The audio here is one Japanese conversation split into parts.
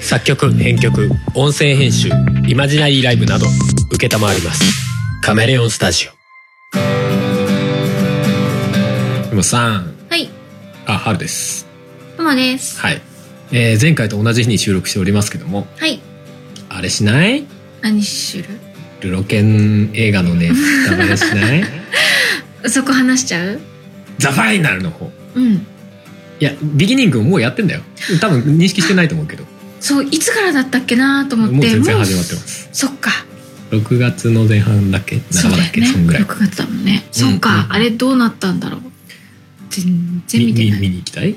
作曲編曲音声編集イマジナリーライブなど承りますカメレオンスタジオでもさんはい、あ春ですママです。はい、えー前回と同じ日に収録しておりますけどもはい、あれしない何する？ルロケン映画のねダメしないそこ話しちゃう？ ザ・ファイナルの方うん。いやビギニングもうやってんだよ多分認識してないと思うけどそういつからだったっけなと思って、もう全然始まってますそっか、 6月の前半だっけそう半だばよだっけね。そんぐらい六月だもんね。うんそうか、うんあれどうなったんだろう。全然み見てみない。見に行きたいう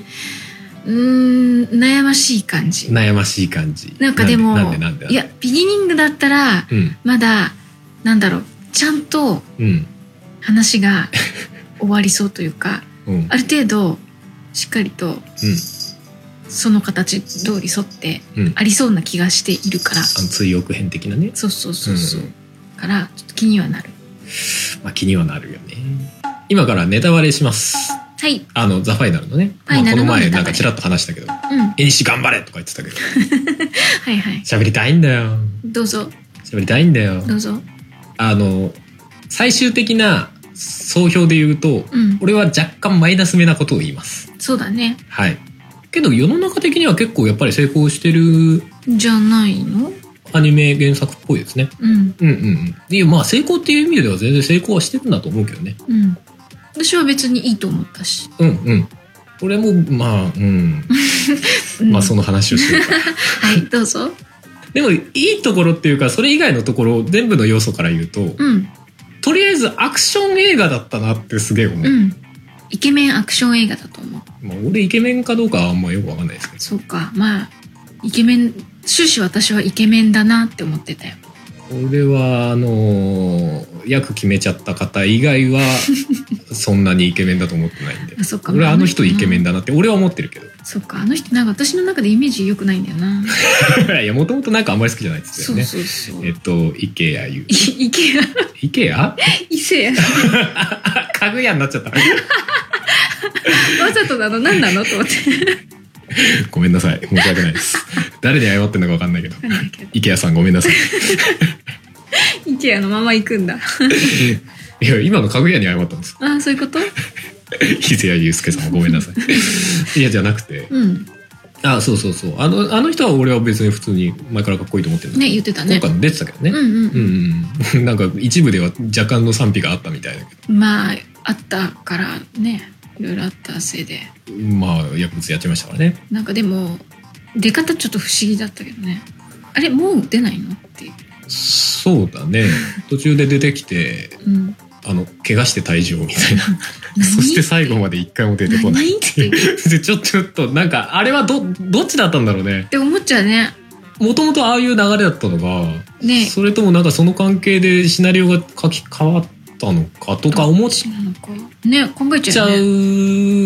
ーん、悩ましい感じ。悩ましい感じなんかでもなんでなんでなんでいやビギニングだったらうんまだなんだろうちゃんとうん 話が終わりそうというか、うんある程度しっかりとうんその形通り沿ってうんありそうな気がしているから、あの追憶編的なね、そうそうそうそう、うんからちょっと気にはなるまあ、気にはなるよね今からネタバレしますはいあのザ・ファイナルのね、ファイナルのまあ、この前ネタなんバレかちらっと話したけどうんは「演習頑張れ!」とか言ってたけどいはい喋りたいんだよどうぞ喋りたいんだよどうぞあの最終的な総評で言うとうん俺は若干マイナスめなことを言いますそうだねはいけど世の中的には結構やっぱり成功してるじゃないのアニメ原作っぽいですねうんうんうんうんいやまあ成功っていう意味では全然成功はしてるんだと思うけどねうん私は別にいいと思ったし、うんうん俺もまあうんうんまあその話をしようか はいどうぞでもいいところっていうかそれ以外のところ全部の要素から言うとうんとりあえずアクション映画だったなってすげえ思う、うんイケメンアクション映画だと思うまあ、俺イケメンかどうかはあんまよくわかんないですけどそうかまあイケメン終始私はイケメンだなって思ってたよ俺はあのー役決めちゃった方以外 はそんなにイケメンだと思ってないんであそっか俺はあの人イケメンだだなって俺は思ってるけそうかあの人なんか私の中でイメージ良くないんだよなど いやもともとなんかあんまり好きじゃないですそようねそうそうえっと池谷優い 池谷池谷伊勢やかぐやになっちゃったわざとなの何なのと思って ごめんなさい申し訳ないです誰に謝ってんのかわかんないけど分かんないけど池谷さんごめんな さい池谷のまま行くんだいや今のかぐやに謝ったんですあそういうこと伊勢谷友介さんごめんなさ いいやじゃなくてうんあそうそうそうあのあの人は俺は別に普通に前からかっこいいと思ってるんだね言ってた今ね回も出てたけどね、うんうう、んんうん、 なんか一部では若干の賛否があったみたいだけまああったからねいろいろあったせいでどまあ薬物やっちゃいましたからねなんかでも出方ちょっと不思議だったけどねあれもう出ないのっていう、そうだ ね途中で出てきてうん、あの怪我して退場みたいな何 そして最後まで一回も出てこない何っていう っでちょちょっとなんかあれはどどっちだったんだろうねて思っちゃうねもともとああいう流れだったのが、ねそれともなんかその関係でシナリオが書き換わったのかとか思っそうなのかね考えちちゃゃうね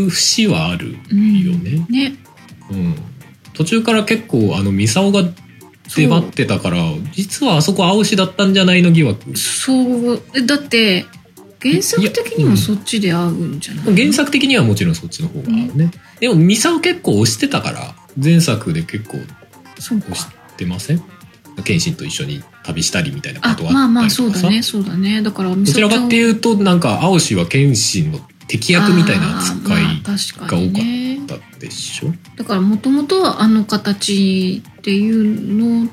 う節はあるうんよね、ねうん、途中から結構あのミサオが出張ってたから実はあそこ青しだったんじゃないの疑惑そうえだって原作的にもそっちで合うんじゃない原作的にはもちろんそっちの方がね、でもミサオ結構押してたから前作で結構そうか押してません謙信と一緒に旅したりみたいなあことはまあまああったそりうとかださねそうだねだからど美ちらかっていうとなんか青しは謙信の敵役みたいな扱いが多かがったねだったでしょだからもともとはあの形っていうの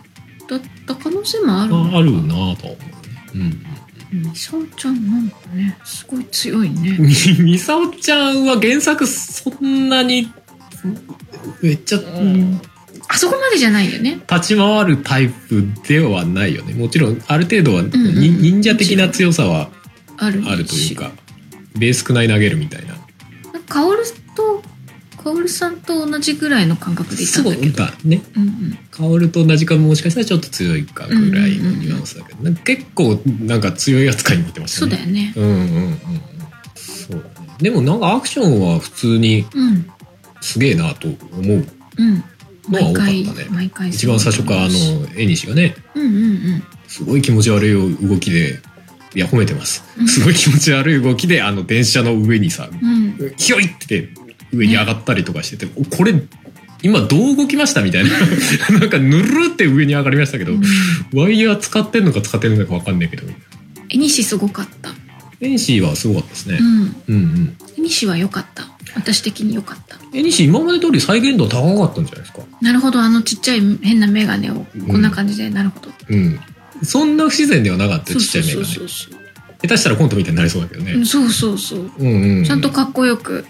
だった可能性もあるああるなぁとは思うね、うんミサオちゃんなんかねすごい強いね みみさおちゃんは原作そんなにめっちゃ、んあそこまでじゃないよね立ち回るタイプではないよねもちろんある程度は、にんうん忍者的な強さはあるあるというかベースくない投げるみたいなカオルとカオルさんと同じぐらいの感覚でいたんそだうけどだねうんうん薫と同じかもしかしたらちょっと強いかぐらいのニュアンスだけど、なんか結構なんか強い扱いに似てましたそうねだよねうんうんうんうんそうだねでもなんかアクションは普通にうんすげえなと思ううんのは多毎かったね回毎回一番最初からあの絵西がねうんうんうんすごい気持ち悪い動きでいや褒めてますうんすごい気持ち悪い動きであの電車の上にさうんひょいって上に上がったりとかしてて、これ今どう動きましたみたいななん かぬるって上に上がりましたけど、うんワイヤー使ってんのか使ってないのか分かんないけどエニシすごかった。エニシーはすごかったですねう、ん。うん、うんエニシは良かった。私的に良かった。エニシー今まで通り再現度高かったんじゃないですかなるほど、あのちっちゃい変なメガネを、こんな感じで、なるほど。うんそんな不自然ではなかったそうちっちそゃうい目そがうねそ下うそう。手したらコントみたいになりそうだけどうんね、そうそうそう。うん、うんちゃんとかっこよく、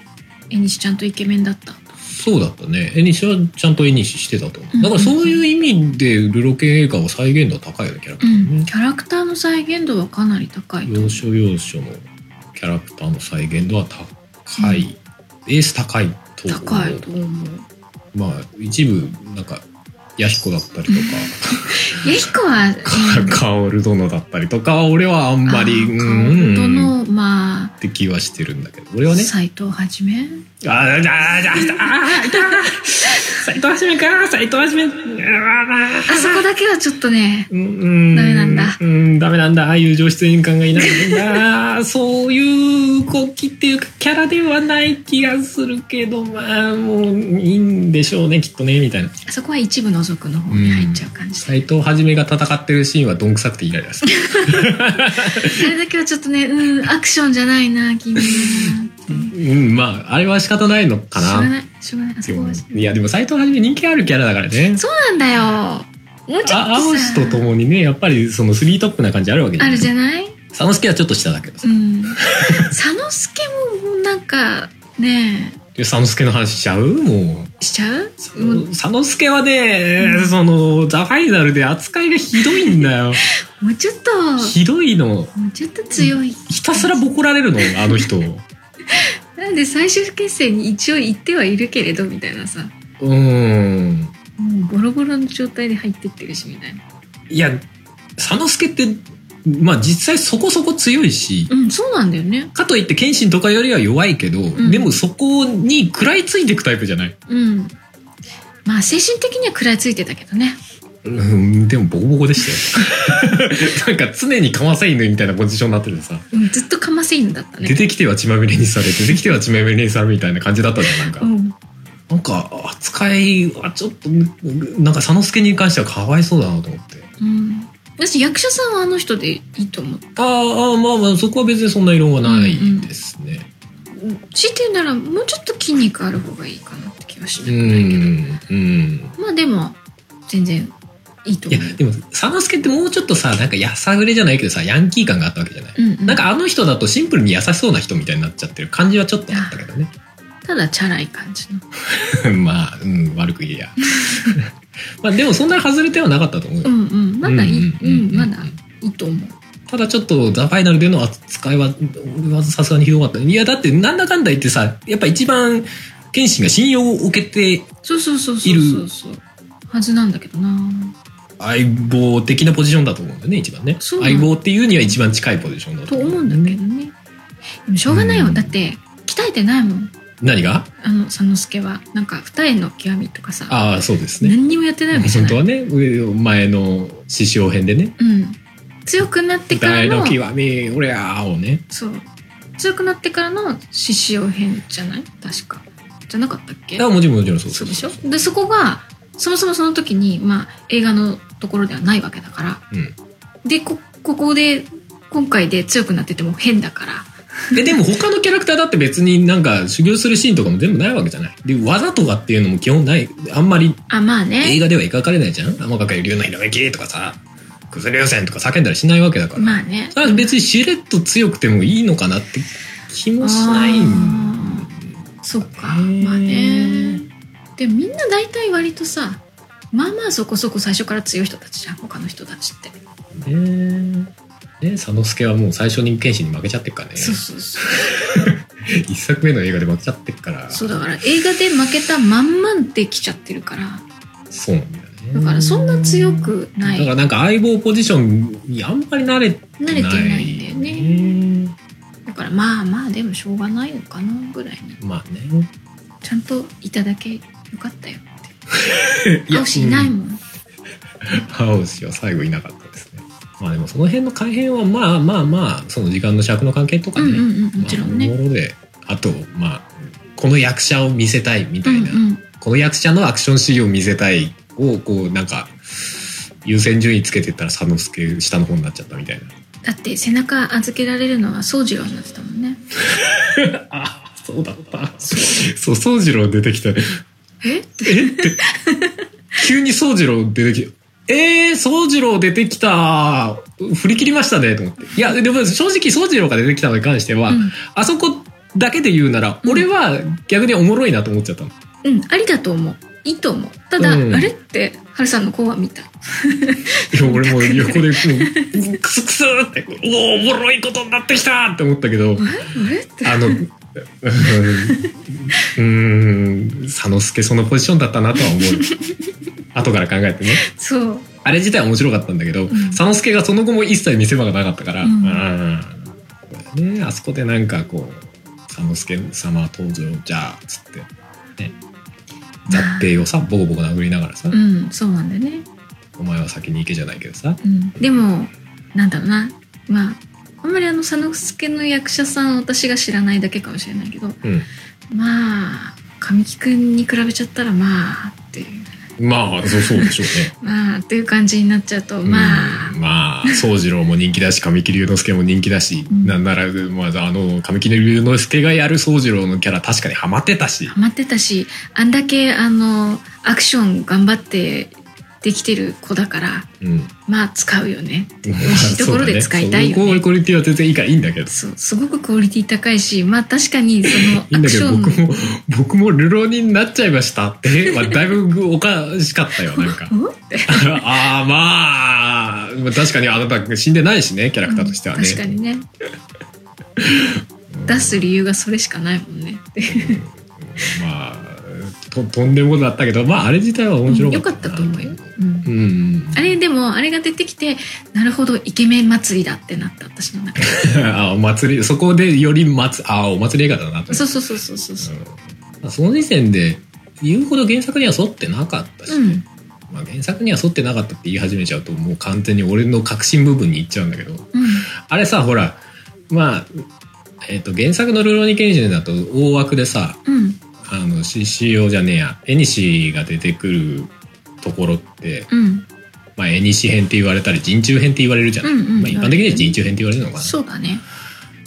エニシちゃんとイケメンだった。そうだったね。絵にしはちゃんと絵にししてたと思うう。んうんだからそういう意味で、ルロケン映画は再現度は高いよね、キャラクタうーん。ねキ。ャラクターの再現度はかなり高いと思う。要所要所のキャラクターの再現度は高い。エース高いと思う。高いと思う。まあ、一部、なんか、ヤヒコだったりとヤヒコは、うんか、カオル殿だったりとか、俺はあんまり、あーうカオルん、トうん、っの、まて気はしてるんだけど、俺あ、はね、斎藤はじめ。ああ、ああ、ああ、ああ、いた斎藤はじめか、斎藤はじめ、ああ、あそこだけはちょっとね、うん、ダメなんだうん、ダメなんだ。ああいう上質演感がいないんだ。そういう動きっていうか、キャラではない気がするけど、まあ、もういいんでしょうね、きっとね、みたいな。あそこは一部除くの方に入っちゃう感じで。斎藤はじめが戦ってるシーンはどんくさくてイライラする。あれだけはちょっとね、うん、アクションじゃないな、君なっていう。うん、まあ、あれは仕方ないのかしょうがな。ない、しょうがない、あそこは。そいや、でも斎藤はじめ人気あるキャラだからね。うなんだよ。もうちょっあ、と青さ氏と共にね、やっぱりそのスリートップな感じあるわけじゃあんる。じゃない佐野助はちょっと下だけどさう。ん。佐之助も、もうなんか、ねで佐野助の話しちゃうもう。え、しちゃうそもう佐之助はね、うんそのザ・ファイナルで扱いがひどいんだよもうちょっと、ひどいのもうちょっと強い。ひたすらボコられるのあの 人なんで最終決戦に一応行ってはいるけれど、みたいなさ。うんもうボロボロの状態で入ってってるし、みたいな。いや佐之助ってまあ実際そこそこ強いし、うん、そうなんだよね。かといって謙信とかよりは弱いけど、んでもそこに食らいついていくタイプじゃない、うん。まあ、精神的には食らいついてたけどね。うん、でもボコボコでしたよ なんか常にかませ犬みたいなポジションになっててさ、うん、ずっとかませ犬だっ た出ね。てきては血まみれにされ出てきては血まみれにされるみたいな感じだったじゃんなんか、うん。なんか扱いはちょっとなんか佐之助に関してはかわいそうだなと思ってうん。私、役者さんはあの人でいいと思う。あああまあまあそこは別にそんな異論はなないいですね強いて言うなら、もうちょっと筋肉ある方がいいかなって気はしなうくないけど。んうんまあ、でも、全然いいとい思やう。でも佐之助ってもうちょっとさなんかやさぐれじゃないけどさヤンキー感があったわけじゃない、うん、うん。なんかあの人だとシンプルに優しそうな人みたいになっちゃってる感じはちょっとあったけどね ただチャラい感じの。まあ、うん、悪く言えや まあでもそんな外れてはなかったと思うよ、うんうん。まだいい。ううんうんうんん、まだいいと思う。ただちょっとザ・ファイナルでの扱いは俺はさすがにひどかったいやだってなんだかんだ言ってさやっぱ一番謙信が信用を受けてそうそうそうそうそうそう。はずなんだけどな。相棒的なポジションだと思うんだよね一番ねそう相棒っていうには一番近いポジションだとと思思ううんだけどね。でもしょうがないよ。うんだって、鍛えてないもん。何があの佐之助はなんか二重の極みとかさ、ああそうですね何にもやってないわけじゃ 本ない当はね上前の師匠編でねうん、強くなっ「てから大のの極み俺や」をねそう強くなってからの獅子王編じゃない確かじゃなかったっけあもちろんもちろんそうそうでしょでそこがそもそもその時に、まあ、映画のところではないわけだからうんでこここで今回で強くなってても変だからででも他のキャラクターだって別になんか修行するシーンとかも全部ないわけじゃないで技とかっていうのも基本ないあんまりあまあ映ね画では描かれないじゃん天かよ竜のひらめきとかさ崩れ予選とか叫んだりしないわけだから、まあねそれは別にしれっと強くてもいいのかなって気もしないんあーそっかねまあねでみんな大体割とさまあまあそこそこ最初から強い人たちじゃん他の人たちって、だねね佐之助はもう最初に剣士に負けちゃってっからねそうそうそう一作目の映画で負けちゃってっからそうだから映画で負けたまんまんできちゃってるからそうなんだよねだからそんな強くなだいから慣なんか相棒ポジションにあんまり慣れてれてないんだよねねだからまあまあでもしょうがないのかなぐらいにまあねちゃんといただけよかったよいや青しいないもん、ハウスは最後いなかったですね。まあでもその辺の改変はまあまあまあその時間の尺の関係とかうん、ね、うんうんもちろんまあねもろであとまあこの役者を見せたいみうたんいうなんこの役者のアクションシーンを見せたいをこうなんか優先順位つけてったら佐之助下の方になっちゃったみたいなだって背中預けられるのは宗次郎になってたもんねあそうだったそう宗次郎出てきたえってえって急に宗次郎出てきてえー、宗次郎出てきた振り切りましたねと思っていやでも正直宗次郎が出てきたのに関しては、うんあそこだけで言うなら、うん俺は逆におもろいなと思っちゃったのうん、ありだと思う。いいと思う。ただ、うんあれって、はるさんの子は見た。いや俺もう横でもうクスクスっておおおもろいことになってきたって思ったけどえあれって。あのうんうーん佐之助そのポジションだったなとは 思う後から考えてねそう。あれ自体は面白かったんだけど、ん佐之助がその後も一切見せ場がなかったから、うんあーね、あそこでなんかこう佐之助様登場じゃあっつって、ね、雑兵をさボコボコ殴りながらさ、うん、そうなんだよね。お前は先に行けじゃないけどさうん。でも、なんだろうな。まあ、あんまりあの、佐之助の役者さん、私が知らないだけかもしれないけど、うんまあ、神木くんに比べちゃったら、まあ、っていう。まあそうそうでしょうねまあ、っていう感じになっちゃうと、 まあう、んまあ宗次郎も人気だし神木隆之介も人気だし、うんなんなら、まあ、あの神木隆之介がやる宗次郎のキャラ確かにハマってたしハマってたし、あんだけ、あの、アクション頑張ってできてる子だから、うんまあ、使うよね。美味しいところで使いたいよ ねそのクオリティは全然いいからいいんだけどそうすごくクオリティ高いしまあ確かにその いいアんクだけショどン僕も僕も流浪人になっちゃいましたって、まあ、だいぶおかしかったよなん か おってああまあ確かにあなた死んでないしねキャラクターとしてはね、確かにね出す理由がそれしかないもんねまあととんでもなかったけどまああれ自体は面白かよったかなったと思うよ、うんうんうん、あれでもあれが出てきてなるほどイケメン祭りだってなった私の中で あお祭りそこでより祭あお祭り映画だなとそうそうそうそうそうそううんまあその時点で言うほど原作には沿ってなかったし、うんまあ、原作には沿ってなかったって言い始めちゃうともう完全に俺の核心部分に行っちゃうんだけどうんあれさほらまあ、えっと原作の「ルローニケンジン」だと大枠でさうんあの CCO じゃねえやエニシが出てくるところって、うんまあ、エニシ編って言われたり人中編って言われるじゃない、うんうんまあ、一般的には人中編って言われるのかなそうだね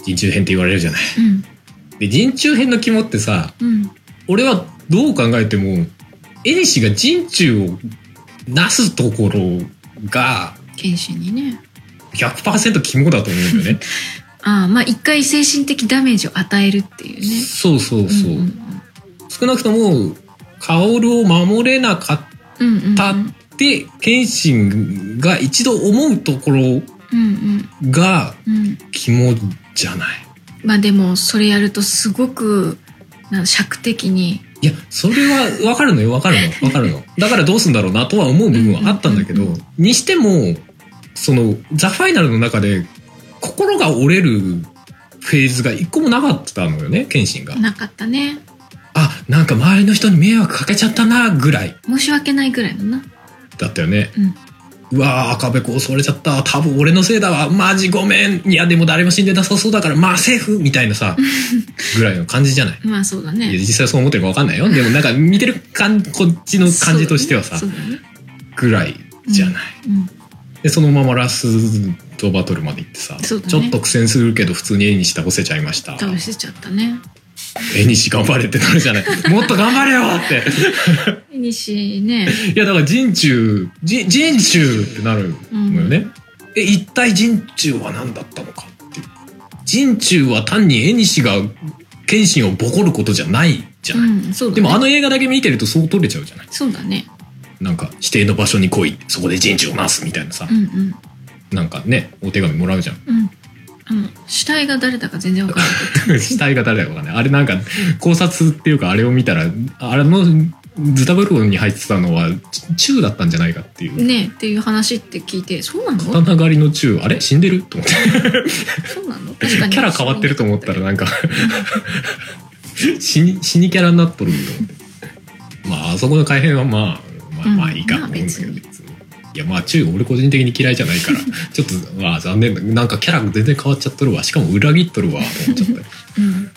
人中編って言われるじゃないうんで人中編の肝ってさうん俺はどう考えてもエニシが人中をなすところが剣士にね100%肝だと思うんだよねああまあ一回精神的ダメージを与えるっていう ねそうそうそう、うん少なくとも薫を守れなかっうんうんうんうんたって謙信が一度思うところうんがうんうん肝じゃないまあでもそれやるとすごくなん尺的にいやそれはわかるのよわかるのわかるのだからどうすんだろうなとは思う部分はあったんだけどうんうんうにしてもその「ザ・ファイナルの中で心が折れるフェーズが一個もなかったのよね謙信が、なかったねあなんか周りの人に迷惑かけちゃったなぐらい申し訳ないぐらいのなだったよねうんうわー赤べこ襲われちゃった多分俺のせいだわマジごめんいやでも誰も死んでなさそうだからまあセーフみたいな さぐらいの感じじゃないまあそうだいやね実際そう思ってるか分かんないよでもなんか見てる感こっちの感じとしてはさ、そうだねぐらいじゃない、うんでそのままラストバトルまで行ってさ、そうだねちょっと苦戦するけど普通に絵にし倒せちゃいました倒しちゃったね絵にし頑張れってなるじゃないもっと頑張れよっ西ねていやだから人中人人中ってなるのよね、え一体人中は何だったのかっていう人中は単に絵にしが謙信をボコることじゃないじゃうない、んそうだねでもあの映画だけ見てるとそう取れちゃうじゃないそうだねなんか指定の場所に来いそこで人中をなすみたいなさう、んうんなんかねお手紙もらうじゃん うんあの死体が誰だか全然わからなかっ死体が誰だかわかんないあれなんか考察っていうかあれを見たらあれのズタブロに入ってたのはち中だったんじゃないかってい たうねっていう話って聞いてそうなの刀狩りの中あれ死んでると思ってそうなの確かにキャラ変わってると思ったら なんか死に死にキャラになっとると思ってまああそこの改変はまあまあうんまあいいかとまあ思うんだけど、別に別にいやまあ中俺個人的に嫌いじゃない からちょっとまあ残念だなんかキャラ全然変わっちゃっとるわしかも裏切っとるわ と思っちゃったうん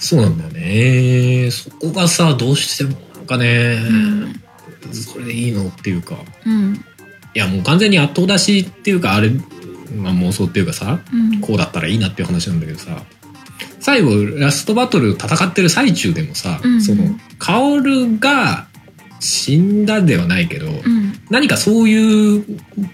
そうなんだよね。そこがさ、どうしてもなんかかねう、んそれでいいのっていうかうんいやもう完全に後出しっていうかあれ、まあ、妄想っていうかさうんこうだったらいいなっていう話なんだけどさ最後ラストバトル戦ってる最中でもさ、うんその薫が死んだではないけど、うん何かそういう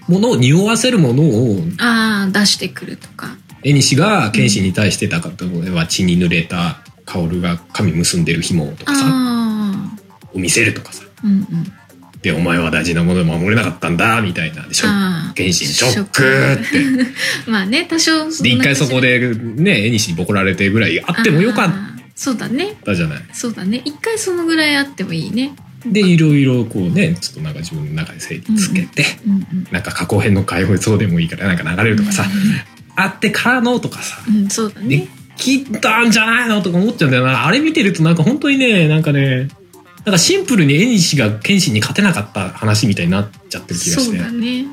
ものを匂わせるものをああ出してくるとか絵西が剣士に対してたかったのは血に濡れた薫が髪結んでる紐とかさあを見せるとかさあうんうんでお前は大事なものを守れなかったんだみたいなでしょああ剣心ショックってまあね多少そんでな一回そこでね絵西にボコられてぐらいあってもよかっあーそうだねたじゃないそうだね一回そのぐらいあってもいいねでいろいろこうねちょっとなんか自分の中で整理つけて、うんうんなんか加工編の解放そうでもいいからなんか流れるとかさ、あってからのとかさうんうんそうだでねきたんじゃないのとか思っちゃうんだよなあれ見てるとなんか本当にねなんかねなんかシンプルに縁西が剣心に勝てなかった話みたいになっちゃってる気がしそうて、だね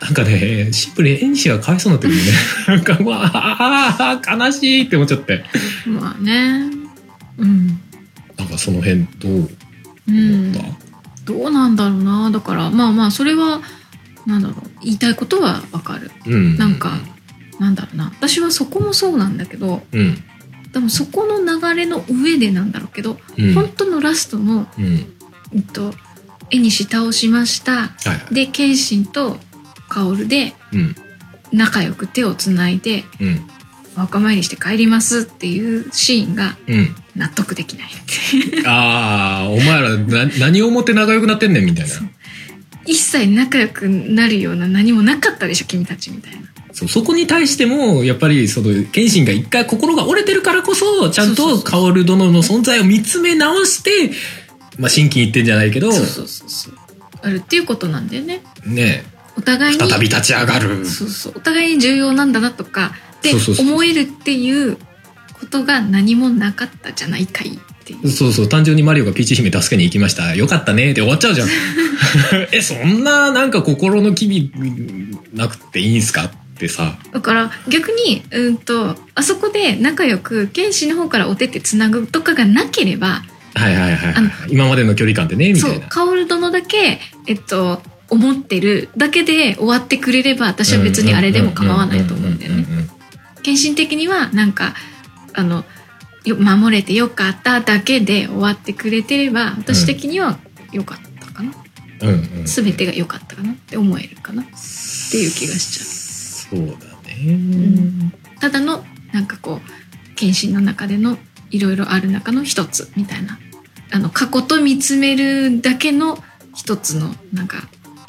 なんかねシンプルに縁西がかわいそうになってるよねなんかうわああ悲しいって思っちゃってまあねうんなんかその辺どうう思んった、どうなんだろうなだからまあまあそれはなんだろう言いたいことはわかるうん、なんかなんだろうな私はそこもそうなんだけどうんでもそこの流れの上でなんだろうけど、うん本当のラストの、うんえっと、絵にし倒しましたはいはいで謙信と薫でうん仲良く手をつないでうんお墓参りして帰りますっていうシーンがうん納得できないってああお前らな何をもって仲良くなってんねんみたいなそう一切仲良くなるような何もなかったでしょ君たちみたいなそうそこに対してもやっぱりその謙信が一回心が折れてるからこそちゃんそうそとうそ薫殿の存在を見つめ直して、まあ、心機一転じゃないけどそうそうそうそうあるっていうことなんだよねねお互いに再び立ち上がるそうそうお互いに重要なんだなとかってそうそうそう思えるっていうことが何もなかったじゃないかいっていうそうそう単純にマリオがピーチ姫助けに行きましたよかったねって終わっちゃうじ ゃんえそんななんか心の機微なくていいんすかってさだから逆にうんとあそこで仲良く剣士の方からお手手つなぐとかがなければはいはいはい、あのはい、今までの距離感でねみたそいうな薫殿だけえっと思ってるだけで終わってくれれば私は別にあれでも構わないと思うんだよね。ううん献身的にはなんかあのよ守れてよかっただけで終わってくれてれば私的にはよかったかな、うんうんうん全てが良かったかなって思えるかなっていう気がしちそゃうだね、んうただのなんかこう献身の中でのいろいろある中の一つみたいなあの過去と見つめるだけの一つのなんか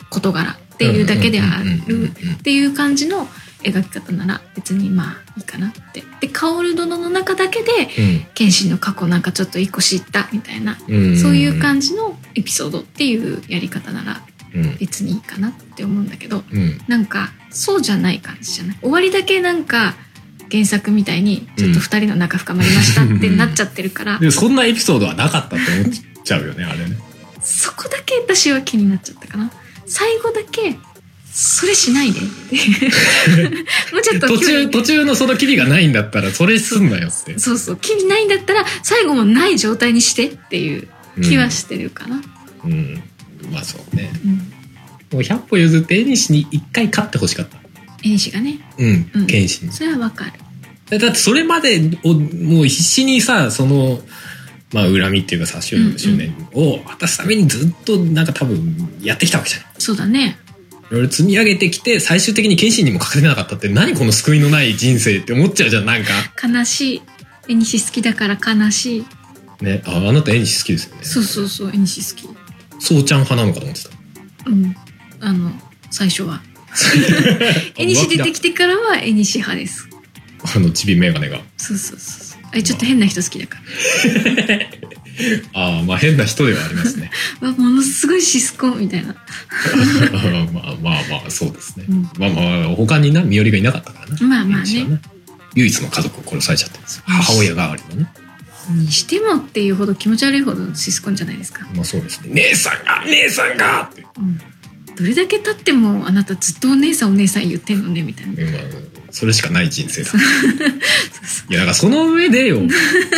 事柄っていうだけであうんうんうんるうんうんっていう感じの描き方なら別にまあいいかなって。で薫殿の中だけで謙信の過去なんかちょっと一個知ったみたいな、うんそういう感じのエピソードっていうやり方ならうん別にいいかなって思うんだけどうんなんかそうじゃない感じじゃない終わりだけなんか原作みたいにちょっと二人の仲深まりましたってなっちゃってるから、でそんなエピソードはなかったって思っちゃうよねあれねそこだけ私は気になっちゃったかな最後だけそれしないでっていう もうちょっと途距離中途中のそのキリがないんだったらそれすんなよってそうそう気にないんだったら最後もない状態にしてっていう気はしてるかな、うん、うんまあそうねうん、もう100歩譲って絵西に一回勝ってほしかった演がねうん、うん謙信それはわかるだってそれまでをもう必死にさそのまあ恨みっていうかさ執うんうん執念を果たすためにずっとなんか多分やってきたわけじゃんそうだねいろいろ積み上げてきて最終的に謙信にも欠かせなかったって何この救いのない人生って思っちゃうじゃんなんか悲しい絵西好きだから悲しいねああなた絵西好きですよねそうそうそう絵西好きそうちゃん派なのかと思ってたうん、あの最初は絵西出てきてからは絵西派ですあのちびメガネがそうそうそうあれちょっと変な人好きだかああまあ変な人ではあります ね らわものすごいシスコみたいな、まあまあまあそうですね、うんまあまあ他にな身寄りがいなかったからなまあまあ絵西はね唯一の家族を殺されちゃったんですよ母親代わりのねにしてもっていうほど気持ち悪いほどシスコンじゃないですか、まあそうですね姉さんが姉さんがって、うん、どれだけ経ってもあなたずっとお姉さんお姉さん言ってんのねみたいなまあ、それしかない人生だそうそういやだからその上でよ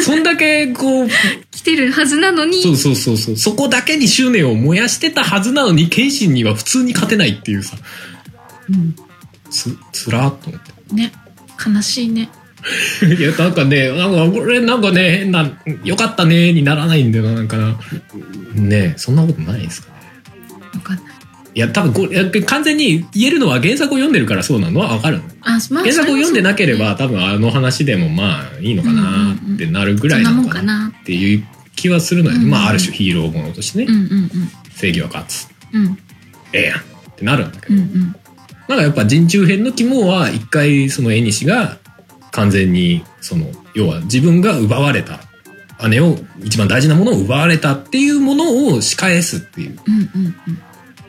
そんだけこう来てるはずなのにそうそうそうそうそこだけに執念を燃やしてたはずなのに謙信には普通に勝てないっていうさうつつらーっと思って。 ん、ね悲しいねいや、なんかね、なんか、これ、なんかね、変な、よかったね、にならないんだよな、なんかな。ねえそんなことないですかね。わかんないいや、多分これ、いや完全に言えるのは原作を読んでるからそうなのはわかるの。あ、まあ、原作を読んでなけれそば、多分あの話でもまあ、いいのかなってなるぐうだらねいそなんのなもんかかななっていう気はするのよね。うんうんまあ、ある種ヒーローものとしてうね、んうん正義は勝つ。うんうんええやんってなるんだけうど。んうんなんかやっぱ人中編の肝は、一回その絵西が完全に、その、要は自分が奪われた。姉を、一番大事なものを奪われたっていうものを仕返すっていううんうんうん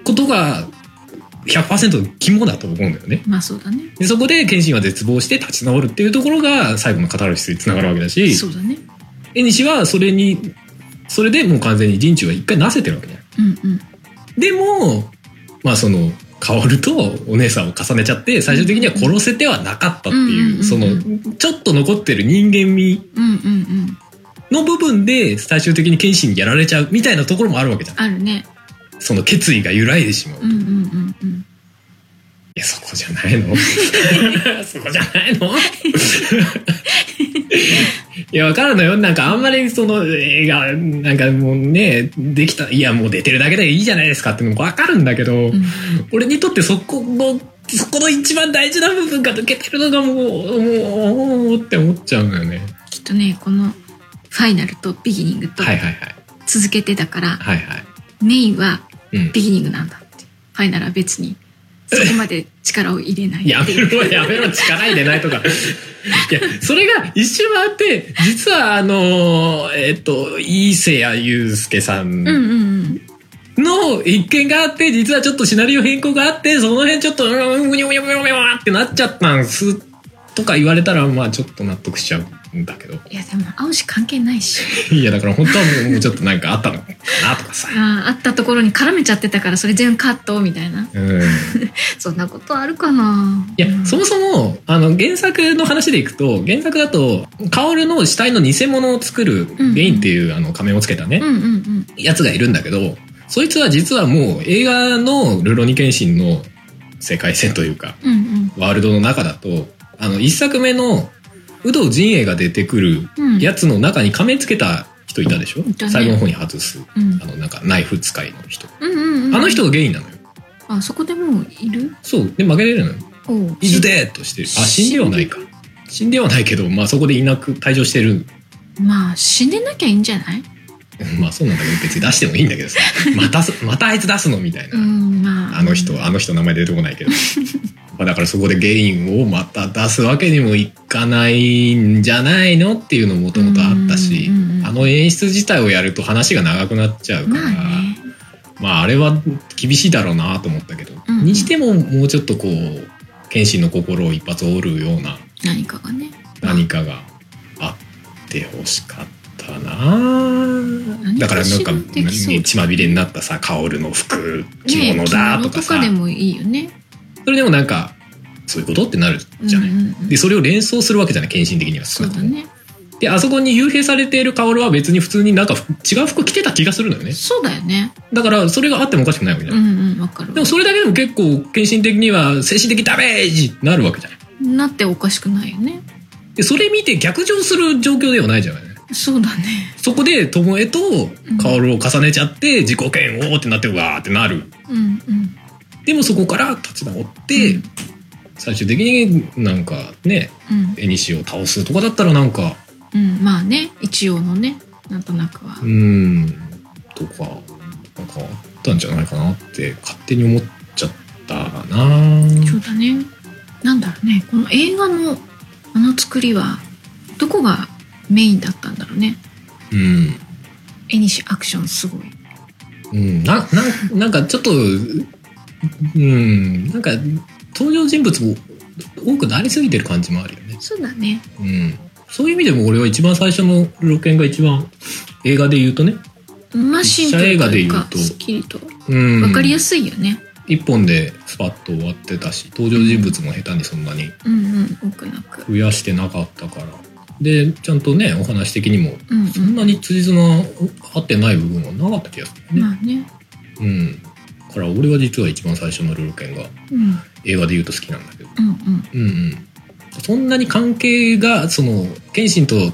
ことが100%肝だと思うんだよね。まあそうだねでそこで謙信は絶望して立ち直るっていうところが最後のカタルシスにつながるわけだし、そうだね縁西はそれに、それでもう完全に人中は一回なせてるわけじゃん。うんうんでも、まあその、薫とお姉さんを重ねちゃって、最終的には殺せてはなかったってうんうんうんいうう、んその、ちょっと残ってる人間味うんうんうんの部分で、最終的に謙信にやられちゃうみたいなところもあるわけじゃん。あるねその決意が揺らいでしまう。うんうんうんうんいや、そこじゃないの そこじゃないの いや、わかるのよ。なんかあんまりその映画、なんかもうね、できた、いや、もう出てるだけでいいじゃないですかってのもわかるんだけど、うん俺にとってそこの、そこの一番大事な部分が抜けてるのがもう、もう、もうって思っちゃうのよね。きっとねこのファイナルとビギニングとはいはいはい。続けてだから、はいはい。メインはうん。ビギニングなんだってファイナルは 別にそこまで力を入れないやってめいうろやめろ力入れないとか。いや、それが一周回って、実はあのーえっと、伊勢谷友介さんうんうんうんの一件があって、実はちょっとシナリオ変更があって、その辺ちょっと、うん、ぐにょぐにょぐにょぐにょってなっちゃったんす、とか言われたら、まあちょっと納得しちゃうんだけど。いやでも青し関係ないしいやだから本当はもうもうちょっとなんかあったのかなとかさ。あーあったところに絡めちゃってたからそれ全部カットみたいなうん、いそんなことあるかなや、そもそも、あの、原作の話でいくと、原作だと、カオルの死体の偽物を作る、うんゲインっていう、あの、仮面をつけたねう、んうんうんやつがいるんだけど、そいつは実はもう映画のルロニケンシンの世界線というか、うんうんワールドの中だと、あの、一作目の、有働陣営が出てくるうんやつの中に仮面つけた人いたでしょ、いたね最後の方に外す。うんあの、なんか、ナイフ使いの人。うんうんうんあの人がゲインなのよ。あそこでもういるそう。で、負けれるのよ。おうイズデーとしてる。あ、死んではないか。死んではないけど、まあそこでいなく退場してる。まあ死んでなきゃいいんじゃないまあそうなんだけど、別に出してもいいんだけど さ。またす、またあいつ出すのみたいな。うんまああの人、あの人名前出てこないけど。まあだからそこで原因をまた出すわけにもいかないんじゃないのっていうのもともとあったしうんうんうんう、んあの演出自体をやると話が長くなっちゃうから、まあねまああれは厳しいだろうなと思ったけど、うんうんにしてももうちょっとこう、謙信の心を一発折るような何かがね何かがあってほしかったなだからなんか何かしらできそうね血まみれになったさ薫の服着物だねと着かさ、物でもいいよねそれでもなんかそういうことってなるじゃない、うんうんうんでそれを連想するわけじゃない献身的にはそうだねであそこに幽閉されている薫は別に普通になんか服違う服着てた気がするのよねそうだよねだからそれがあってもおかしくないわけじゃうない、んうんわかるでもそれだけでも結構献身的には精神的ダメージになるわけじゃないなっておかしくないよねでそれ見て逆上する状況ではないじゃないそうだねそこで巴と薫を重ねちゃって自己嫌悪ってなってうわーってなるうんうんでもそこから立ち直って、うん最終的になんかねうん絵西を倒すとかだったらなんかうん、まあね一応のねなんとなくはうーんとかなんかあったんじゃないかなって勝手に思っちゃったかなそうだねなんだろうねこの映画のあの作りはどこがメインだったんだろうねうん絵にしアクションすごいうんななんなんかちょっとうんなんか登場人物も多くなりすぎてる感じもあるよねそうだねうん、そういう意味でも俺は一番最初の「露見」が一番映画で言うとね、まあシンプル実写映画でとい言ううかとすっきりとうん、わかりやすすいよね一本でスパッと終わってたし登場人物も下手にそんなにうんうん多くなく増やしてなかったからでちゃんとねお話的にもうんそんなに辻褄合ってない部分はなかった気がするね、まあね。うんだから俺は実は一番最初のルール剣がうん。うん映画で言うと好きなんだけどうん。うんうんそんなに関係がその謙信と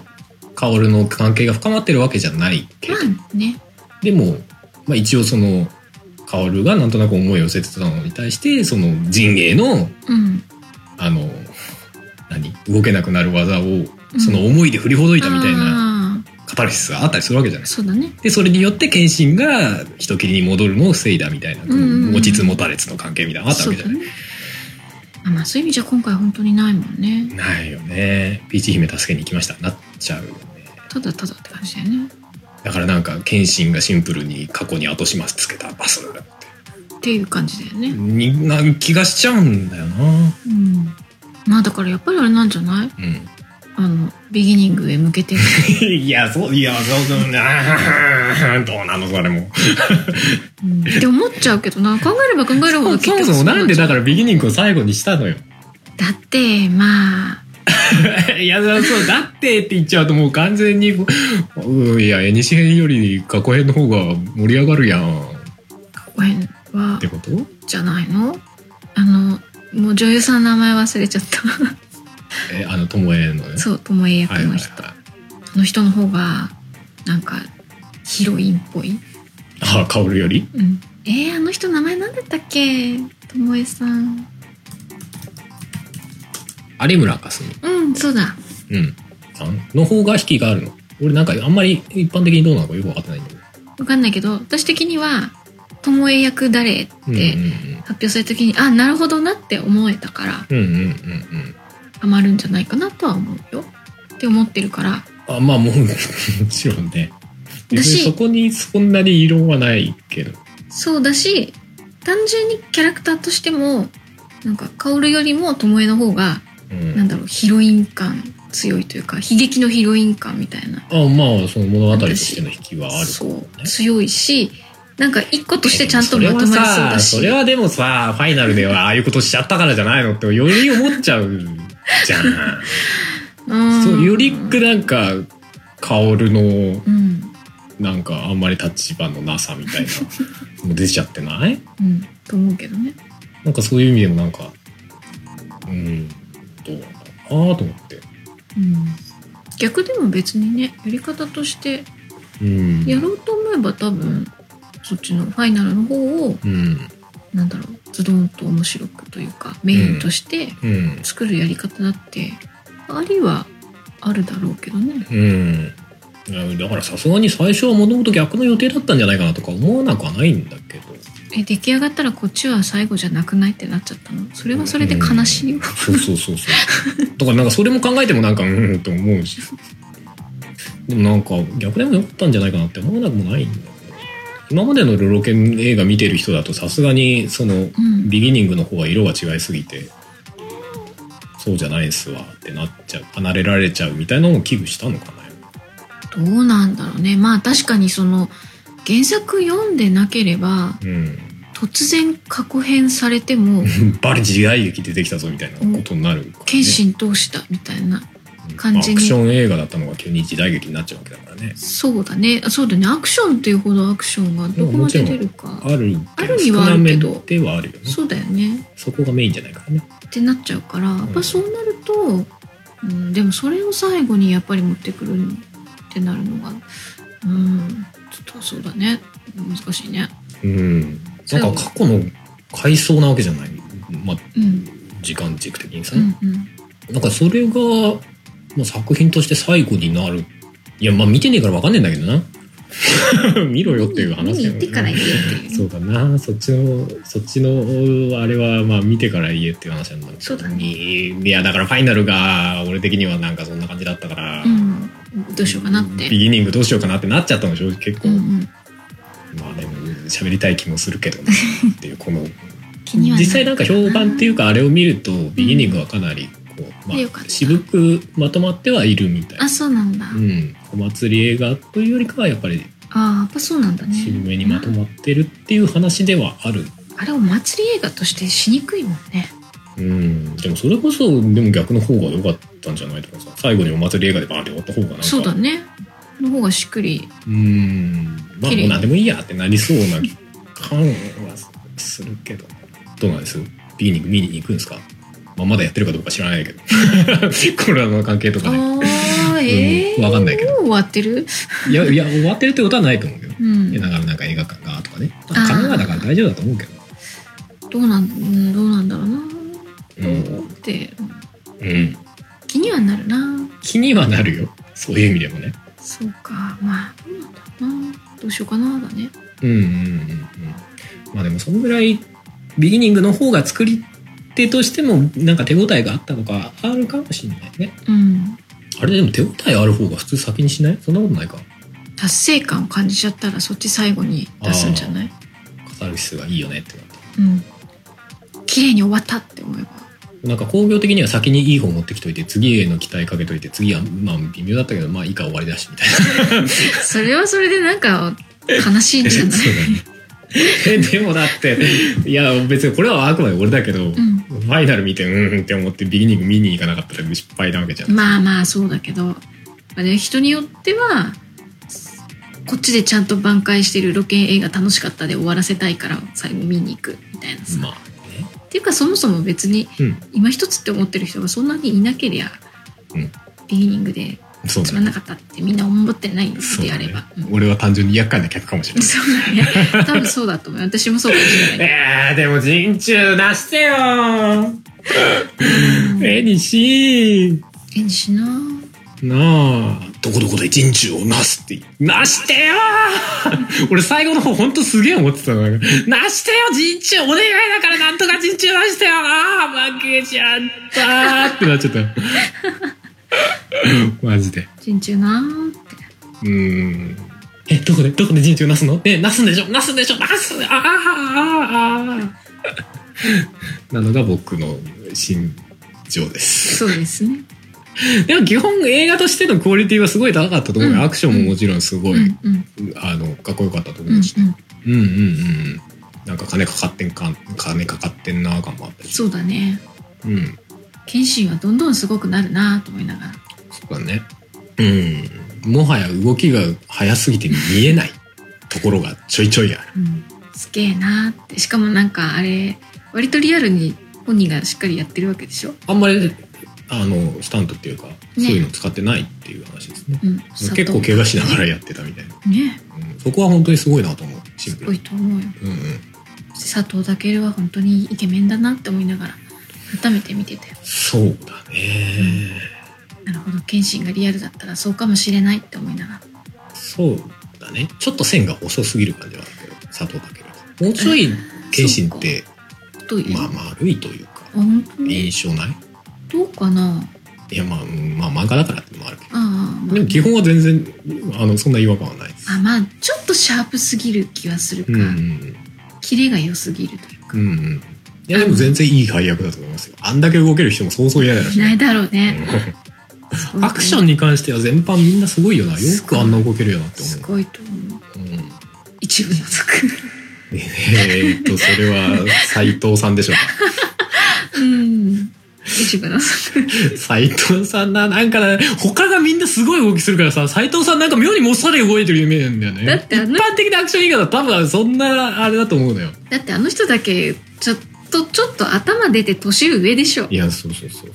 薫の関係が深まってるわけじゃないけど、まあね。でも、まあ、一応その薫がなんとなく思いを寄せてたのに対してその陣営のうん。あの何動けなくなる技をうんその思いで振りほどいたみたいなな。カタルシスがあったりするわけじゃないですか。そうだね。でそれによって謙信が人斬りに戻るのを防いだみたいなこのうんうん持ちつ持たれつの関係みたいなのがあったそわうけじだゃない。ね。あまあそういう意味じゃ今回本当にないもんね。ないよね。ピーチ姫助けに行きましたなっちゃうよね。ただただって感じだよね。だからなんか謙信がシンプルに過去に後始末つけたバスっていう感じだよね。にな気がしちゃうんだよな。うん。まあだからやっぱりあれなんじゃないうん。あの、ビギニングへ向けて。いや、そう、いや、そう、そう、あーどうなの、それも。うんって思っちゃうけどな。考えれば考えるそほども結そ局。もなんでだかららビギニングを最後にしたのよ。だって、まあ、いや、そう、だってって言っちゃうともう完全に、うん、いや、絵西編より過去編の方が盛り上がるやん。っ過去編はて、ことじゃないのあの、もう女優さんの名前忘れちゃ った。え、あの、ともえのね。そう、巴役はいはのい人。はい。あの人の方が、なんか、ヒロインっぽい。あ、カオルよりうん。えー、あの人名前なんだったっけともえさん。有村架純。うん、そうだ。うん。さんの方が引きがあるの。俺なんかあんまり一般的にどうなのかよくわかってないんだけど。わかんないけど、私的には、ともえ役誰ってうん発表された時に、あ、なるほどなって思えたから、うんうん。うんうんうんうん。ハマるんじゃないかなとは思うよ。って思ってるから、あまあもうもちろんねだ別にしそこにそんなに異論はないけどそうだし、単純にキャラクターとしても、なんか、薫よりもともえの方が、うんなんだろう、ヒロイン感強いというか、悲劇のヒロイン感みたいな。あまあその物語としての引きはあるそう強いしなんか一個としてちゃんとまとまりそうれはださしそれはでもさファイナルではああいうことしちゃったからじゃないのってより思っちゃうじゃんうんそうよりなんか薫のうんなんかあんまり立場のなさみたいなもう出ちゃってないうんと思うけどねなんかそういう意味でもなんかうんどうなのかなと思ってうん逆でも別にねやり方としてうんやろうと思えば多分そっちのファイナルの方をうんなんだろうズドンと面白くというかメインとしてうん作るやり方だってありはあるだろうけどねうん。いやだからさすがに最初はもともと逆の予定だったんじゃないかなとか思わなくはないんだけど。え出来上がったらこっちは最後じゃなくないってなっちゃったのそれはそれで悲しいようんそうそうそうそう。だからなんかそれも考えてもなんかうんと思うし。でもなんか逆でもよかったんじゃないかなって思わなくもないんだよね。今までのルロケン映画見てる人だとさすがにそのうんビギニングの方は色が違いすぎて。そうじゃないですわってなっちゃう離れられちゃうみたいなのも危惧したのかなどうなんだろうねまあ確かにその原作読んでなければうん突然過去編されてもバリ時代劇出てきたぞみたいなことになるからね、謙信通したみたいな感じアにクション映画だったのが急に時代劇になっちゃうわけだからねそうだねあそうだねアクションっていうほどアクションがどこまで出るかあるあるにはあるけど少なめではあるよねそそうだよねこがメインじゃないからねってなっちゃうからやっぱそうなると、うん、でもそれを最後にやっぱり持ってくるってなるのがうんちょっとそうだね難しいねうんそなうんか過去の回想なわけじゃないまあうん時間軸的にさ、うんうんなんかそれが、まあ、作品として最後になるいやまあ見てねえから分かんねえんだけどな 見ろよっていう話見だによ行ねってから言えっていうそうだなそっちのそっちのあれはまあ見てから言えっていう話なんだけどそうだねいやだからファイナルが俺的にはなんかそんな感じだったから、うん、どうしようかなって。ビギニングどうしようかなってなっちゃったの正直結構、うんうん、まあでも喋りたい気もするけ どなっていうこの気にはな実際なんか評判っていううかあれを見るとビギニングはかなりこう、まよかっあ、た渋くまとまってはいるみたいあな、そうなんだ、うん、お祭り映画というよりかはやっぱりあやっぱそうなんだね渋めにまとまってるっていう話ではあるあれお祭り映画としてしにくいもんねうん、でもそれこそでも逆の方が良かっったんじゃないとかさ最後にお祭り映画でバーンって終わった方がなんかそうだねの方がしっくりうーんまあ綺麗もう何でもいいやってなりそうな感はするけどねどうなんですビギニング見に行くんですか、まあ、まだやってるかどうか知らないけど コロナの関係とあかねあええうんわかんないけどもう終わってるいやいや終わってるってことはないと思うけど、うんいやだからなんか映画館がとかね、まああー神奈川だから大丈夫だと思うけどどうなんうんどうなんだろうなうん、ってうん、気にはなるな気にはなるよそういう意味でもねそうかまあどうなんだろうなどうしようかなだねうんうんうんうんまあでもそのぐらいビギニングの方が作り手としてもなんか手応えがあったとかあるかもしれないねうんあれでも手応えある方が普通先にしないそんなことないか達成感を感じちゃったらそっち最後に出すんじゃないカタルシスがいいよねってなってうん綺麗に終わったって思えばなんか工業的には先にいい方持ってきといて次への期待かけといて次はまあ微妙だったけどまあいいか終わりだしみたいなそれはそれでなんか悲しいんじゃない そうだねえ でもだっていや別にこれはあくまで俺だけど、うフんァイナル見てうんうんって思ってビギニング見に行かなかったら失敗なわけじゃん、まあまあそうだけど、まあね、人によってはこっちでちゃんと挽回してるロケ映画楽しかったで終わらせたいから最後見に行くみたいなさ、まあねっていうかそもそも別にうん今一つって思ってる人がそんなにいなけりゃ、うんビギニングでそうだつねまんなかったってみんな思ってないんそうでだあねれば。うん俺は単純に厄介な客かもしれないそうだね。多分そうだと思う。私もそうかもし れない。えー、でも人中出してよ えにし演じななあどこどこで人中をなすってなしてよー俺最後の方ほんとすげえ思ってたのなんかなしてよ人中お願いだからなんとか人中なしてよあー負けちゃったーってなっちゃった よマジで人中なって。うーんえどこでどこで人中なすのえなすんでしょなすんでしょなすあーあーあーあーなのが僕の心情ですそうですね。でも基本映画としてのクオリティはすごい高かったと思うよ、うんアクションももちろんすうごんうい、んうんあのかっこよかったとう思んうし、。うん、うんうんうんなんか金かかってんか金かかってんな感もあったしそうだね。うん謙信はどんどんすごくなるなと思いながら。そうだねうんもはや動きが早すぎて見えないところがちょいちょいあるうん、すげえなって。しかもなんかあれ、割とリアルに本人がしっかりやってるわけでしょあんまりあのスタントっていうか、そういうの使ってないっていう話ですねうん。結構怪我しながら。らやってたみたいな、ね。うん、そこは本当にすごいなと思うシンすプごルにいと思うよ。うんうん佐藤健は本当にイケメンだなって思いながら、改めて見てたよ。そうだね、なるほど、謙信がリアルだったらそうかもしれないって思いながら。そうだねちょっと線が細すぎる感じはあるけど佐藤健はもうちょい謙信ってどういう、まああ丸いというか本当に印象ないどうかな。いやまあ、うんまあ漫画だからってのもあるけああ、まどあでも基本は全然あのそんな違和感はないですあ、まあ、ちょっとシャープすぎる気はするか、うんうんキレが良すぎるというかう。んうんいやでも全然いい配役だと思いますよあんだけ動ける人もそうそう嫌だよいないだろうね。うすんごいと思うアクションに関しては全般みんなすごいよなよくあんな動けるよなってす思ごいと思う。う、うん一部の作。えーっとそれは斎藤さんでしょうか うん。一部の作。斉藤さんな、なんかね、他がみんなすごい動きするからさ、斉藤さんなんか妙にもっさり動いてるイメージなんだよね。だってあの一般的なアクション映画だと多分そんなあれだと思うのよ。だってあの人だけ、ちょっと、ちょっと頭出て年上でしょい。や、そうそうそう。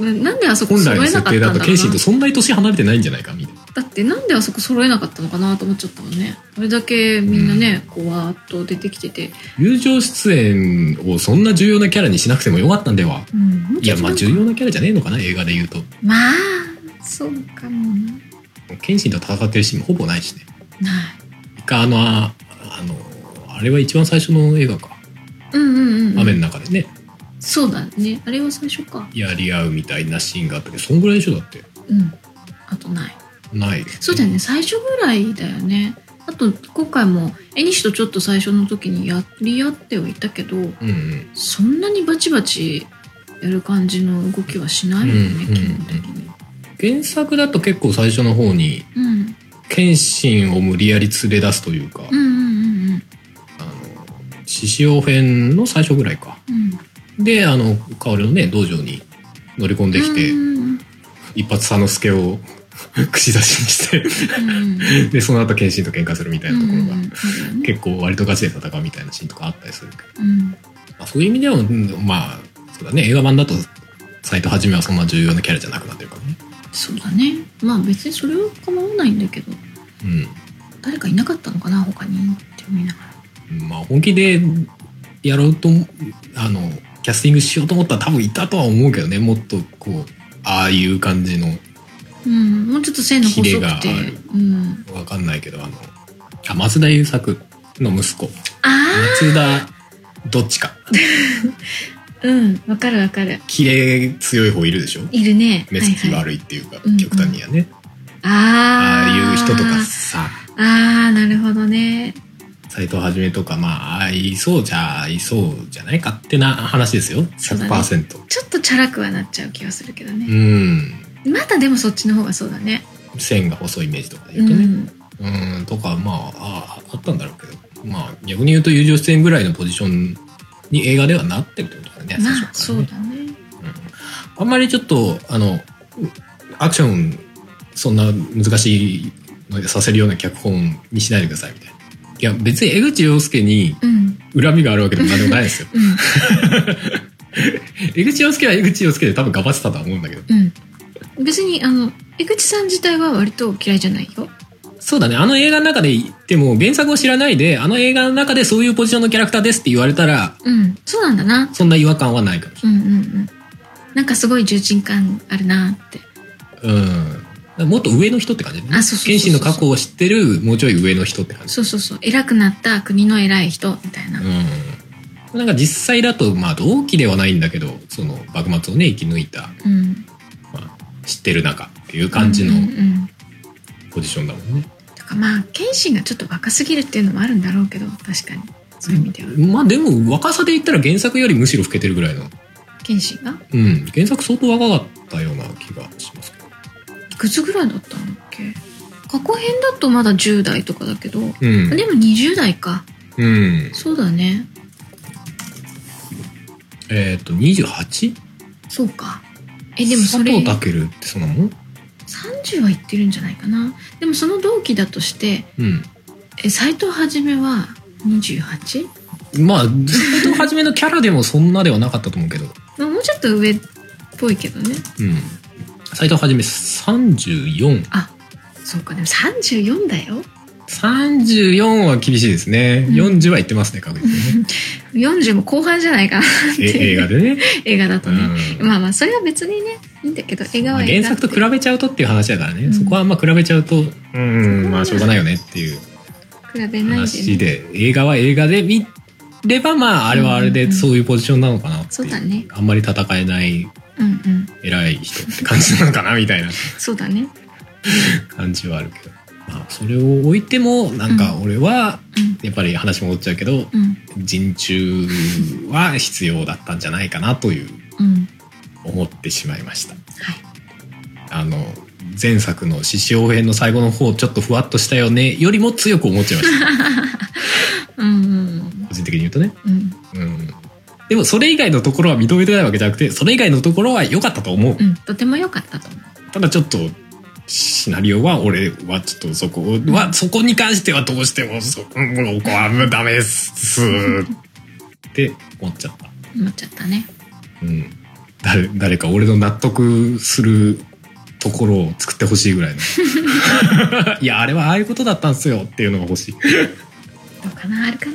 ななんであそこ本来揃のえな設かった定んだだろうと、な。謙信とそんなに年離れてないんじゃないか、みたいな。だってなんであそこ揃えなかったのかなと思っちゃったもんね。あれだけみんなね、こうわーっと出てきてて。友情出演をそんな重要なキャラにしなくてもよかったんでは。うんいや、まあ重要なキャラじゃねえのかな、映画で言うと。まあ、そうかもな。謙信と戦ってるシーンもほぼないしね。ない。一回あの、ああの、あれは一番最初の映画か。うんうんうん。雨の中でね、そうだね。あれは最初か。やり合うみたいなシーンがあったけど、そんぐらいでしょ、だって。うん。あとない。ない。そうだよね。最初ぐらいだよね。あと、今回も、えにしとちょっと最初の時にやり合ってはいたけど、うんうん。そんなにバチバチやる感じの動きはしないよね、うん基本的に。原作だと結構最初の方に、うん。謙信を無理やり連れ出すというか、うんうんうんうん。あの、獅子王編の最初ぐらいか。うんで、あの、薫のね、道場に乗り込んできて、うんうんうん一発佐之助を串刺しにしてうんでその後謙信と喧嘩するみたいなところが、うんそうだよね結構割とガチで戦うみたいなシーンとかあったりするけど、うんまあ、そういう意味では、うんまあそうだね映画版だと斎藤はじめはそんな重要なキャラじゃなくなってるからね。そうだねまあ別にそれは構わないんだけどうん誰かいなかったのかな他にって思いながらまあ、本気でやろうともあのキャスティングしようと思ったら多分いたとは思うけどねもっとこうああいう感じのうんもうちょっと線の細キレくがあてるうんわかんないけどあのあ松田優作の息子あ松田どっちかあうんわかるわかるキレ強い方いるでしょいるね目つきはいはい悪いっていうか、うんうん極端にはね、あああいう人とかーさあーなるほどね斎藤はじめとかまあ合いそうじゃ合いそうじゃない勝手な話ですよそうだね100%ちょっとチャラくはなっちゃう気がするけどうね、んまだでもそっちの方がそうだね線が細いイメージとかでう言うとね、んうーんとかまああああったんだろうけどまあ逆に言うと友情出演ぐらいのポジションに映画ではなってるってことだねま最あ初かそらうねだねうん、あんまりちょっとあのアクションそんな難しいのでさせるような脚本にしないでくださいみたいないや別に江口洋介にうん恨みがあるわけでも何でもないです ようん江口洋介は江口洋介で多分頑張ってたとは思うんだけどうん。別に、あの、江口さん自体は割と嫌いじゃないよ。そうだねあの映画の中で言っても原作を知らないであの映画の中でそういうポジションのキャラクターですって言われたらうん。そうなんだな。そんな違和感はないかもしれないうんうんうん。なんかすごい重鎮感あるなって。うん。もっと上の人って感じだね。あそうそうそうそう謙信の過去を知ってる、もうちょい上の人って感じ。そうそうそう。偉くなった国の偉い人みたいな。うん。なんか実際だと、まあ同期ではないんだけど、その幕末をね、生き抜いた、うん。知ってる中っていう感じのうんうんうん。ポジションだもんね。だからまあ、謙信がちょっと若すぎるっていうのもあるんだろうけど、確かに。そういう意味では。まあでも若さで言ったら原作よりむしろ老けてるぐらいの。謙信がうん。原作相当若かったような気がしますけど。いくつぐらいだったんだっけ過去編だとまだ10代とかだけど、うん。でも20代か。うん。そうだね。えっ、と、28? そうか。え、でもそれ。佐藤健ってそんなもん30は言ってるんじゃないかなでもその同期だとしてうん。え斎藤はじめは 28? まあ、ずっと初めのキャラでもそんなではなかったと思うけど。まあもうちょっと上っぽいけどねうん。斎藤はじめ34。そうかでも34だよ34は厳しいですね。うん40は言ってますね、確実にね。 40も後半じゃないか なえ映画でね。映画だとうね、んまあまあそれは別にねいいんだけど映画まあは映原画って作と比べちゃうとっていう話だからね、うんそこはあんま比べちゃうとうんまあしょうがないよねっていう比べないで、話ね、で映画は映画で見ればまああれはあれうんでうんそういうポジションなのかなってそういだうねあんまり戦えないうんうん偉い人って感じなのかなみたいなそうだね感じはあるけど、まあ、それを置いてもなんか俺はやっぱり話戻っちゃうけどうんうん人中は必要だったんじゃないかなといううん思ってしまいましたはいあの前作の獅子王編の最後の方ちょっとふわっとしたよねよりも強く思っちゃいましたうんうん個人的に言うとねうんうんでもそれ以外のところは認めてないわけじゃなくてそれ以外のところは良かったと思ううんとても良かったと思うただちょっとシナリオは俺はちょっとそこは、そこに関してはどうしてもそこはダメっすって思っちゃった思っちゃったねうん、誰誰か俺の納得するところを作ってほしいぐらいのいやあれはああいうことだったんですよっていうのが欲しいどうかなあるかな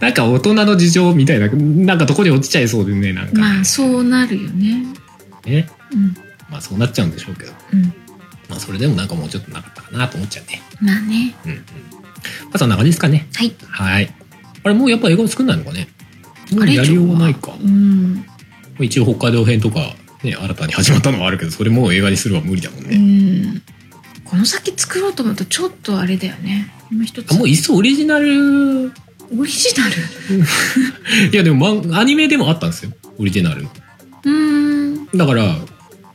なんか大人の事情みたいななんかどこに落ちちゃいそうでねなんかね、まあそうなるよねねうんまあそうなっちゃうんでしょうけど、うんまあ、それでもなんかもうちょっとなかったかなと思っちゃうねまあねうんうんまあそんな感じですかねはいはいあれもうやっぱ映画作んないのかねもあうれやりようがないかうん、一応北海道編とか、ね、新たに始まったのはあるけどそれもう映画にするは無理だもんね、うん、この先作ろうと思うとちょっとあれだよね今一つあもういっそオリジナルオリジナルいやでもマンアニメでもあったんですよオリジナルのうんだから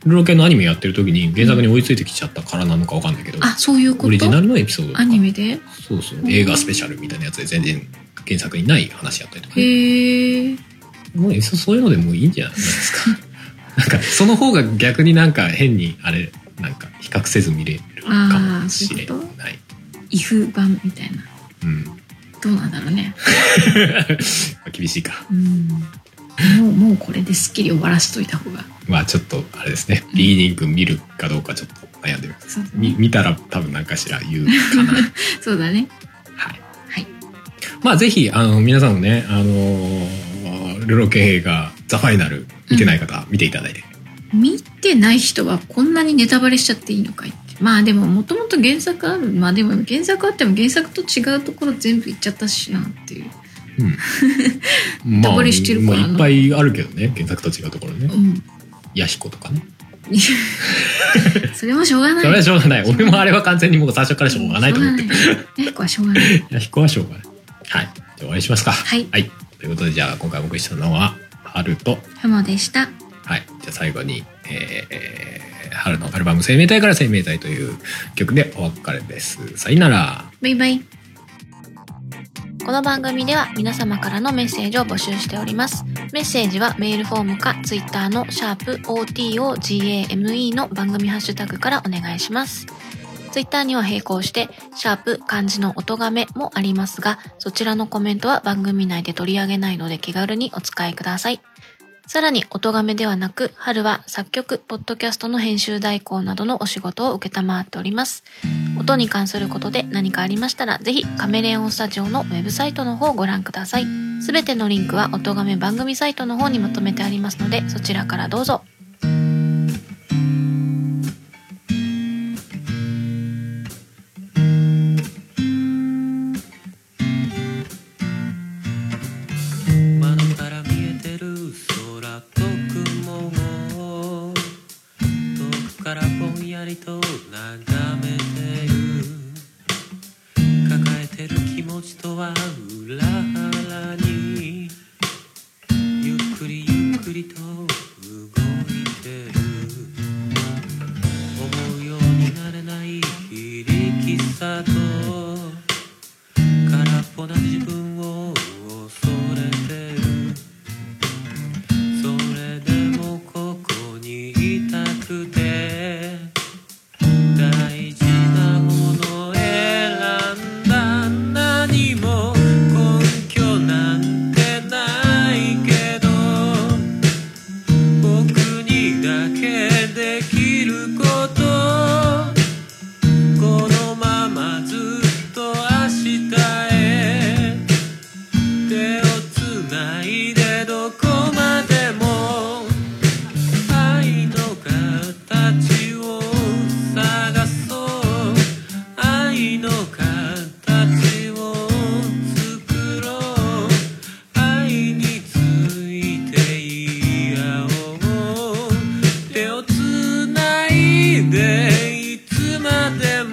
ルロケンのアニメやってる時に原作に追いついてきちゃったからなのかわかんないけど、あそういうことオリジナルのエピソードとかアニメでそうそううん映画スペシャルみたいなやつで全然原作にない話やったりとかね、へえもういっそそういうのでもういいんじゃないですか なんかその方が逆になんか変にあれなんか比較せず見れるかもしれあーそういうこない。イフ版みたいなうん、どうなんだろうね 厳しいか。うんもうもうこれですっきり終わらしといた方がまあちょっとあれですね。リーディング見るかどうかちょっと悩んでみます。そうだみね見たら多分何かしら言うかな。そうだねはい。はいまあぜひあの皆さんもねあのールロケ兵がザファイナル見てない方、は見ていただいて。見てない人はこんなにネタバレしちゃっていいのかいってまあでももともと原作あるまあでも原作あっても原作と違うところ全部いっちゃったしなっていううん まあ、ダブルしてるからまなあいっぱいあるけどね原作と違うところね う。んヤヒコとかね。それもしょうがないそれはしょうがない。俺もあれは完全にもう最初からしょうがないと思ってる。しょうがないねこはしょうがないヤヒコはしょうがない。はい。じゃあ終わりにしますか。はいはい。ということでじゃあ今回お送りしたのは春とハモでしたはい。じゃあ最後に、えー、春のアルバム生命体から生命体という曲でお別れです。さよなら。バイバイこの番組では皆様からのメッセージを募集しております。メッセージはメールフォームか Twitter のシャープ o t o g a m e の番組ハッシュタグからお願いします。Twitter には並行して、シャープ漢字の音がめもありますが、そちらのコメントは番組内で取り上げないので気軽にお使いください。さらに、音がめではなく、春は作曲、ポッドキャストの編集代行などのお仕事を受けたまわっております。音に関することで何かありましたら、ぜひカメレオンスタジオのウェブサイトの方をご覧ください。すべてのリンクは音亀番組サイトの方にまとめてありますので、そちらからどうぞ。窓から見えてる空と雲を遠くからぼんやりと眺めてる抱えてる気持ちとは裏腹にゆっくりゆっくりと動いてる思うようになれない非力さと空っぽな自分を恐れてるそれでもここにいたくて大事なものを選んだ何も根拠なんてないけど僕にだけできることこのままずっと明日へ手をつないでどこまでも愛の形を探そう愛の形を作ろう愛について言い合おう手をつないでいつまでも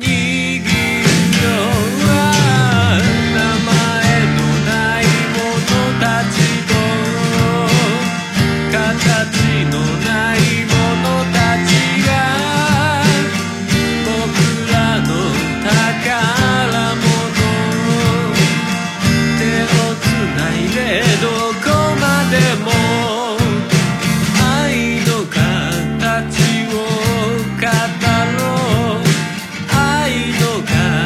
るよ名前のない者たちと「形のないものたちが僕らの宝物」「手をつないでどこまでも愛の形を語ろう」「愛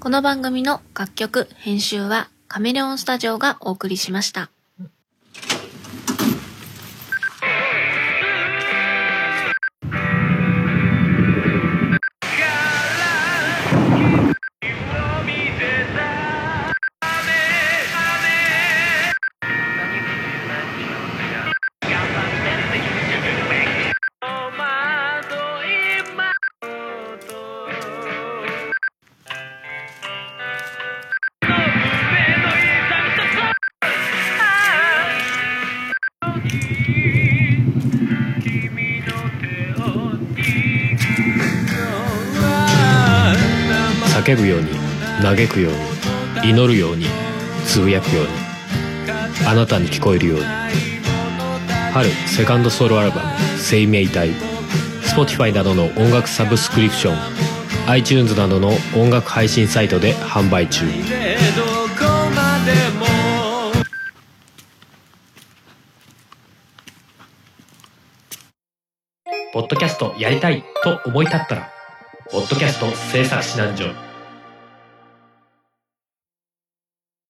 この番組の楽曲、編集はカメレオンスタジオがお送りしました。叫ぶように嘆くように祈るようにつぶやくようにあなたに聞こえるように春セカンドソロアルバム「生命体」Spotify などの音楽サブスクリプション iTunes などの音楽配信サイトで販売中でどこまでもポッドキャストやりたいと思い立ったら「ポッドキャスト制作指南所」